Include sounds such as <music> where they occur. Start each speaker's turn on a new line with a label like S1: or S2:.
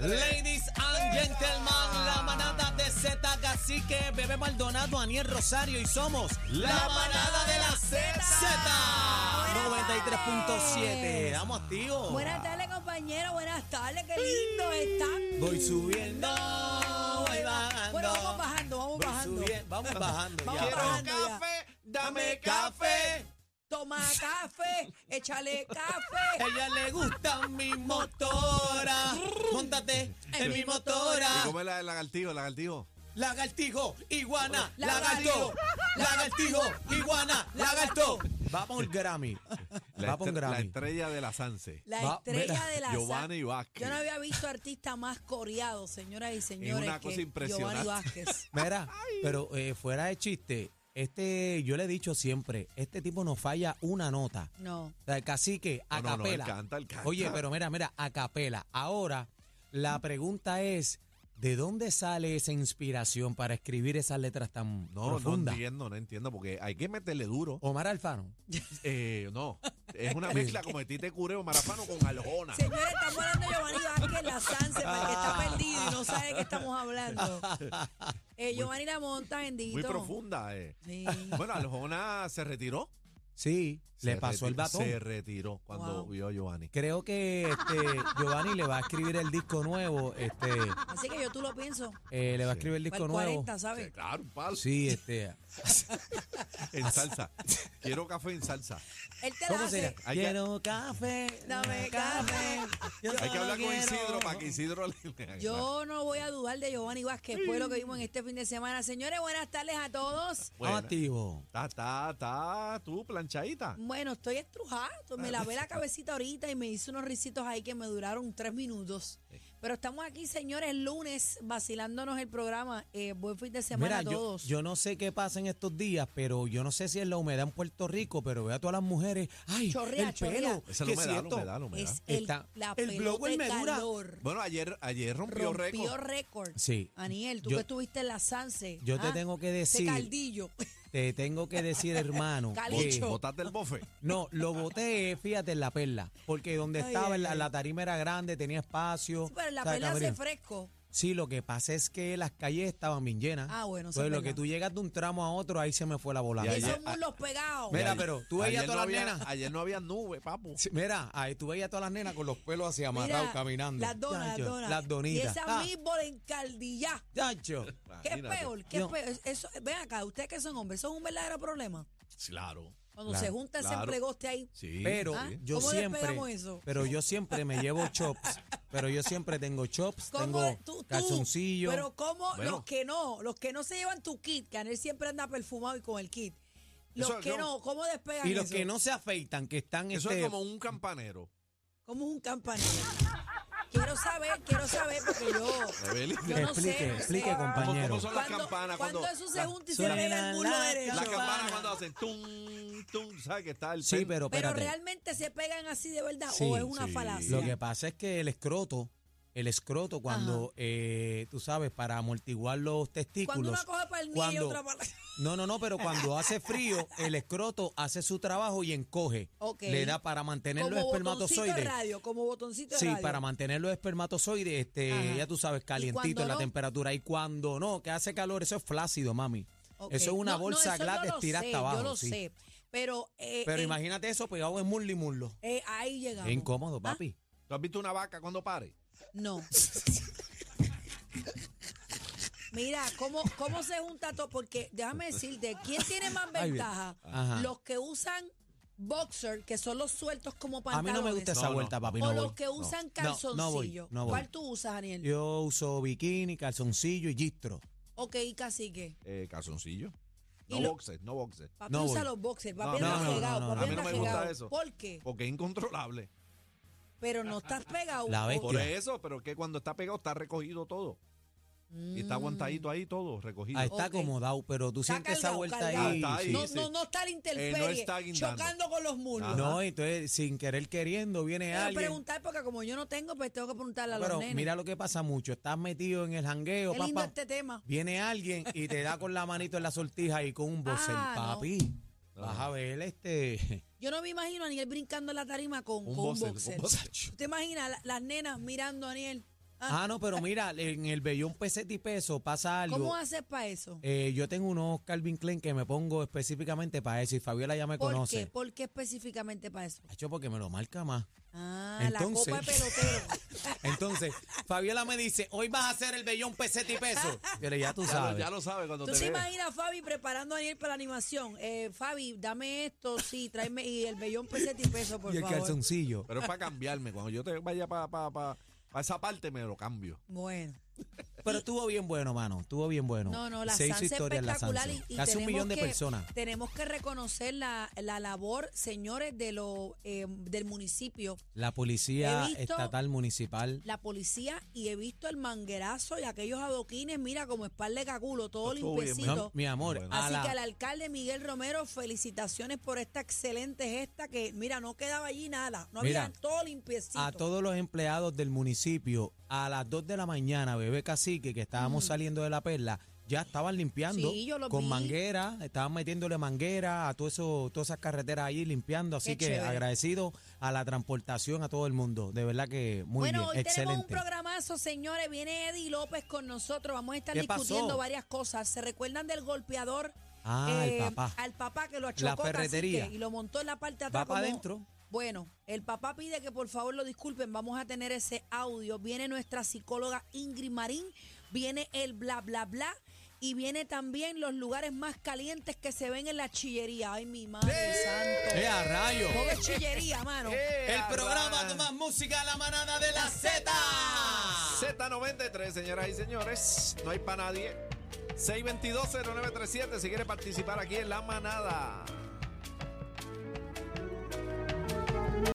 S1: Ladies and gentlemen, la manada de Z, Cacique, Bebé Maldonado, Aniel Rosario y somos la manada de la Z. 93.7. Estamos activos.
S2: Buenas tardes, compañero. Buenas tardes. Qué lindo están.
S1: Voy subiendo, voy bajando.
S2: Bueno, vamos bajando, vamos
S1: Voy
S2: bajando.
S1: subie- Vamos bajando.
S2: Vamos
S1: ya.
S3: Quiero
S2: bajando ya.
S3: café, dame café.
S2: Toma café, échale
S1: A <laughs>
S2: café.
S1: ella le gusta mi motora. Móntate en mi
S3: ¿Y
S1: motora.
S3: cómo es la del lagartijo, el lagartijo?
S1: Lagartijo, iguana,
S2: Lagartijo.
S1: lagarto. Lagartijo, iguana, lagarto. Va por un Grammy.
S3: La,
S1: Va por un
S3: estre- la
S1: Grammy.
S3: estrella de la Sanse.
S2: La
S1: Va,
S2: estrella
S1: mira,
S2: de la
S3: Giovanni
S2: sa-
S3: Vázquez.
S2: Yo no había visto artista más coreado, señoras y señores.
S3: una cosa
S2: que
S3: impresionante.
S2: Giovanni Vázquez.
S1: <laughs> Mira, pero eh, fuera de chiste, este, yo le he dicho siempre, este tipo no falla una nota.
S2: No.
S1: O sea, el cacique, a
S3: No, no, no, él
S1: capela.
S3: canta, él canta.
S1: Oye, pero mira, mira, a capela. Ahora, la pregunta es, ¿de dónde sale esa inspiración para escribir esas letras tan
S3: No, no
S1: profundas?
S3: entiendo, no entiendo, porque hay que meterle duro.
S1: Omar Alfano.
S3: Eh, no, es
S1: <laughs>
S3: una mezcla como de Tite Cureo Marafano con Aljona.
S2: Señores, estamos hablando de Giovanni Vázquez, la Sanse, para el que está perdido y no sabe de qué estamos hablando. Eh, Giovanni la monta, bendito.
S3: Muy profunda. eh.
S2: Sí.
S3: Bueno, Aljona se retiró.
S1: Sí, le
S3: Se
S1: pasó el
S3: reti-
S1: batón.
S3: Se retiró cuando
S2: Wow.
S3: vio a Giovanni.
S1: Creo que este, Giovanni le va a escribir el disco nuevo. Este,
S2: Así que yo tú lo pienso.
S1: eh, le va a
S3: Sí.
S1: escribir el
S2: Para
S1: disco
S2: el
S1: nuevo.
S2: 40,
S3: Sí,
S2: ¿sabes?
S3: claro, un palo.
S1: Sí, este.
S3: En salsa. Quiero café en salsa.
S2: Él te la
S1: ¿Cómo
S2: hace.
S1: será?
S3: Hay que-
S1: Quiero café.
S2: Dame café.
S1: yo
S3: Hay que
S1: solo
S3: hablar con
S1: quiero-
S3: Isidro para que Isidro le- le
S2: Yo no voy a dudar de Giovanni Vázquez, fue lo que vimos en este fin de semana. Señores, buenas tardes a todos.
S1: Vamos
S3: Buena.
S1: activo.
S3: Está, está, está, tú planchadita.
S2: Bueno, estoy estrujada. Me lavé la cabecita ahorita y me hice unos risitos ahí que me duraron tres minutos. Pero estamos aquí, señores, lunes, vacilándonos el programa. Eh, buen fin de semana
S1: Mira,
S2: a
S1: yo,
S2: todos.
S1: yo no sé qué pasa en estos días, pero yo no sé si es la humedad en Puerto Rico, pero veo a todas las mujeres. ¡Ay,
S2: Chorrea,
S1: el
S2: chorrea.
S1: pelo!
S3: Esa
S1: ¿qué
S3: no me da,
S1: esto?
S3: no me da, no me da.
S2: es el,
S1: Está-
S2: la
S1: el
S2: pelota
S1: blower
S2: de
S1: me dura.
S2: calor.
S3: Bueno, ayer, ayer rompió
S2: Rompió
S3: récord.
S2: récord.
S1: Sí.
S2: Aniel, tú
S1: Yo-
S2: que estuviste en la Sanse.
S1: Yo te
S2: ah,
S1: tengo que
S2: Ese
S1: decir,
S2: caldillo. <laughs>
S1: te tengo que decir, hermano,
S2: Calicho.
S1: que-
S3: Botas del bofe.
S1: No, lo boté, fíjate, en la perla. Porque donde
S2: Ay,
S1: estaba
S2: ay,
S1: la,
S2: ay.
S1: la tarima era grande, tenía espacio.
S2: Pero en la
S1: ¿sabes,
S2: perla hace
S1: Camerín?
S2: fresco.
S1: Sí, lo que pasa es que las calles estaban bien llenas.
S2: Ah, bueno, eso
S1: Entonces,
S2: es
S1: lo
S2: verdad.
S1: que tú llegas de un tramo a otro, ahí se me fue la volada.
S3: Ya,
S2: Y
S3: ya.
S2: son muslos pegados.
S1: <laughs> Mira,
S3: Ayer-
S1: pero tú veías
S3: ayer
S1: todas
S3: no
S1: las
S3: había-
S1: nenas.
S3: Ayer no había nube, papu.
S1: Sí, Mira, ahí tú veías a todas las nenas con los pelos hacia amarrados caminando.
S2: Las donas, las
S1: Chacho,
S2: donas.
S1: Las donitas.
S2: Y esas
S1: Ah,
S2: mismas en caldilla.
S1: chacho.
S2: ¿Qué es
S3: Imagínate.
S2: peor? ¿Qué
S1: No.
S2: es peor? Eso, ven acá, ustedes que son hombres, eso es un verdadero problema.
S3: Claro.
S2: Cuando
S1: Claro,
S2: se junta ese
S3: claro.
S2: emplegoste ahí.
S3: Sí.
S1: Pero
S2: Ah,
S1: yo
S2: ¿cómo
S1: siempre.
S2: despegamos eso?
S1: Pero yo siempre me llevo chops. Pero yo siempre tengo chops,
S2: ¿Cómo
S1: tengo
S2: tú, tú?
S1: calzoncillos.
S2: Pero como
S3: Bueno.
S2: los que no, los que no se llevan tu kit, que Anel siempre anda perfumado y con el kit. Los
S3: Eso es
S2: que
S3: como-
S2: no, ¿cómo despegan
S1: Y los
S2: eso?
S1: que no se afeitan, que están
S3: Eso
S1: este,
S3: es como un campanero.
S2: ¿Cómo es un campanero? Quiero saber, quiero saber, porque yo...
S3: Evelyn. <laughs>
S2: Yo no
S1: explique,
S2: sé, no sé.
S1: explique,
S2: ¿Cómo- cómo
S1: compañero.
S3: son Las
S2: Cuando,
S3: campanas,
S2: cuando
S3: cuando
S2: eso se
S3: la-
S2: junta y se
S1: suena
S2: le ve el muslo
S1: la
S2: derecho.
S3: Las campanas
S1: campana.
S3: cuando hacen tum, tum, ¿sabes que está el
S1: Sí,
S3: pen?
S1: pero
S2: Pero
S1: espérate.
S2: realmente se pegan así de verdad
S1: Sí,
S2: o es una
S3: sí.
S2: falacia.
S1: Lo que pasa es que el escroto, el escroto cuando, eh, tú sabes, para amortiguar los testículos.
S2: cuando una coge para el niño y
S1: cuando-
S2: otra para
S1: <laughs> No, no, no, pero
S2: <laughs>
S1: cuando hace frío, el escroto hace su trabajo y encoge.
S2: Ok.
S1: Le da para mantener los
S2: como botoncito de
S1: espermatozoides.
S2: radio, como botoncito de
S1: Sí,
S2: radio.
S1: para mantener los espermatozoides, este,
S2: Ajá.
S1: ya tú sabes, calientito
S2: cuando
S1: en la
S2: no?
S1: temperatura. Y cuando no, que hace calor, eso es flácido, mami.
S2: Ok.
S1: Eso es una
S2: No, no,
S1: bolsa
S2: eso
S1: glad
S2: yo lo
S1: estirada
S2: sé,
S1: hasta abajo.
S2: Yo lo
S1: sí.
S2: sé, pero eh,
S1: Pero
S2: eh,
S1: imagínate eso pues, pegado en muslo y muslo.
S2: eh, ahí llegamos.
S1: Es incómodo,
S2: ¿Ah?
S1: papi.
S3: ¿Tú has visto una vaca cuando pare?
S1: <laughs>
S2: No. Mira, ¿cómo, ¿cómo se junta todo? Porque déjame decirte, ¿quién tiene más
S1: Ay, bien.
S2: ventaja?
S1: Ajá.
S2: Los que usan boxer, que son los sueltos como
S1: A mí
S2: pantalones.
S1: no me gusta esa
S3: No, no.
S1: vuelta, papi.
S2: o
S1: Pues no
S2: los
S1: voy.
S2: que usan
S1: No,
S2: calzoncillo.
S1: no voy, no voy.
S2: ¿Cuál tú usas, Daniel?
S1: Yo uso bikini, calzoncillo y gistro.
S2: Ok, cacique.
S3: Eh, calzoncillo.
S2: Y
S3: No
S2: lo-
S3: boxes, no boxes.
S2: Papi
S1: No
S2: usa
S1: voy.
S2: los boxers, papi
S3: No,
S2: anda
S3: no,
S1: no,
S2: pegado,
S1: no, no,
S2: papi
S1: a mí
S2: anda
S1: no me
S3: gusta
S2: pegado.
S3: eso.
S2: ¿Por qué?
S3: Porque es incontrolable.
S2: Pero no estás pegado.
S1: La
S2: ¿por
S1: bestia.
S3: Por eso, pero es que cuando está pegado está recogido todo. Y está aguantadito ahí todo, recogido.
S1: Ah, está
S2: Ok.
S1: acomodado, pero tú
S2: Está
S1: sientes esa
S2: cargado,
S1: vuelta
S2: cargado.
S1: ahí.
S3: Ah, está ahí.
S1: sí.
S2: no,
S3: sí.
S2: no, no está la intemperie,
S3: Eh, no está guindando.
S2: chocando con los muslos.
S3: Ajá.
S1: No, entonces sin querer queriendo viene
S2: Tengo que
S1: alguien.
S2: preguntar porque como yo no tengo, pues tengo que preguntarle a los
S1: Pero
S2: nenes.
S1: mira lo que pasa mucho, estás metido en el jangueo,
S2: Qué lindo
S1: papá.
S2: este tema.
S1: Viene alguien y te da con la manito en la sortija y con un bocel,
S2: Ah, no.
S1: papi. Vas a ver este
S2: Yo no me imagino a Aniel brincando en la tarima con,
S3: Un
S2: con
S3: boxer,
S2: un boxer.
S3: un boxer.
S2: ¿Tú te imaginas la- las nenas mirando a Aniel?
S1: Ah, no, pero mira, en el vellón peseta y peso pasa algo.
S2: ¿Cómo haces para eso?
S1: Eh, yo tengo unos Calvin Klein que me pongo específicamente para eso y Fabiola ya me
S2: ¿Por
S1: conoce.
S2: qué? ¿Por qué específicamente para eso?
S1: Hacho, porque me lo marca más.
S2: Ah,
S1: Entonces-
S2: la copa de
S1: <laughs>
S2: pelotero.
S1: Entonces, Fabiola me dice, hoy vas a hacer el vellón peseta y peso. Yo le digo, <laughs> ya tú
S3: Ya, lo-
S1: sabes.
S3: ya lo sabes cuando
S2: ¿Tú
S3: te
S2: te
S3: ve.
S2: imaginas a Fabi preparando a Daniel para la animación? Eh, Fabi, dame esto, sí, tráeme y el vellón peseta y peso, por
S1: y el
S2: favor.
S1: calzoncillo.
S3: Pero es para cambiarme. Cuando yo te vaya para esa parte, me lo cambio.
S2: Bueno,
S1: Pero estuvo bien bueno, mano. Estuvo bien bueno.
S2: no, no, la
S1: Se hizo
S2: Sanse
S1: historia en la
S2: espectacular
S1: Sanse.
S2: y, y
S1: Casi un
S2: tenemos
S1: millón de
S2: que-
S1: personas.
S2: Tenemos que reconocer la, la labor, señores, de lo, eh, del municipio,
S1: La policía
S2: He visto-
S1: estatal municipal.
S2: la policía, y he visto el manguerazo y aquellos adoquines, mira, como espalda de caculo, todo
S3: Estuvo bien,
S2: limpecito.
S1: No, mi amor, ah,
S3: Bueno.
S1: a
S2: Así
S1: la-
S2: que al alcalde Miguel Romero, felicitaciones por esta excelente gesta que, mira, no quedaba allí nada. No
S1: Mira,
S2: había todo limpiecito.
S1: a todos los empleados del municipio, a las 2 de la mañana, bebé cacique, que estábamos saliendo de la perla, ya estaban limpiando
S2: Sí, yo lo
S1: con
S2: vi.
S1: manguera, estaban metiéndole manguera a todo eso, todas esas carreteras ahí limpiando. Así
S2: Qué
S1: que
S2: chévere.
S1: agradecido a la transportación, a todo el mundo. De verdad que muy
S2: bueno,
S1: bien,
S2: hoy tenemos un
S1: excelente.
S2: programazo, señores. Viene Eddie López con nosotros. Vamos a estar
S1: ¿Qué pasó?
S2: discutiendo varias cosas. ¿Se recuerdan del golpeador?
S1: Ah, el
S2: eh,
S1: papá.
S2: Al papá que lo achocó
S1: La ferretería.
S2: cacique, y lo montó en la parte de atrás.
S1: Va para
S2: como-
S1: adentro.
S2: Bueno, el papá pide que por favor lo disculpen. Vamos a tener ese audio. Viene nuestra psicóloga Ingrid Marín. Viene el bla, bla, bla. Y viene también los lugares más calientes que se ven en la chillería. Ay, mi madre santo.
S1: ¡Eh, a rayo!
S2: Todo es chillería, mano.
S3: Eh,
S1: El programa de más música, la manada de la Z.
S3: Z93, señoras y señores. No hay para nadie. 622-0937 si quiere participar aquí en La Manada.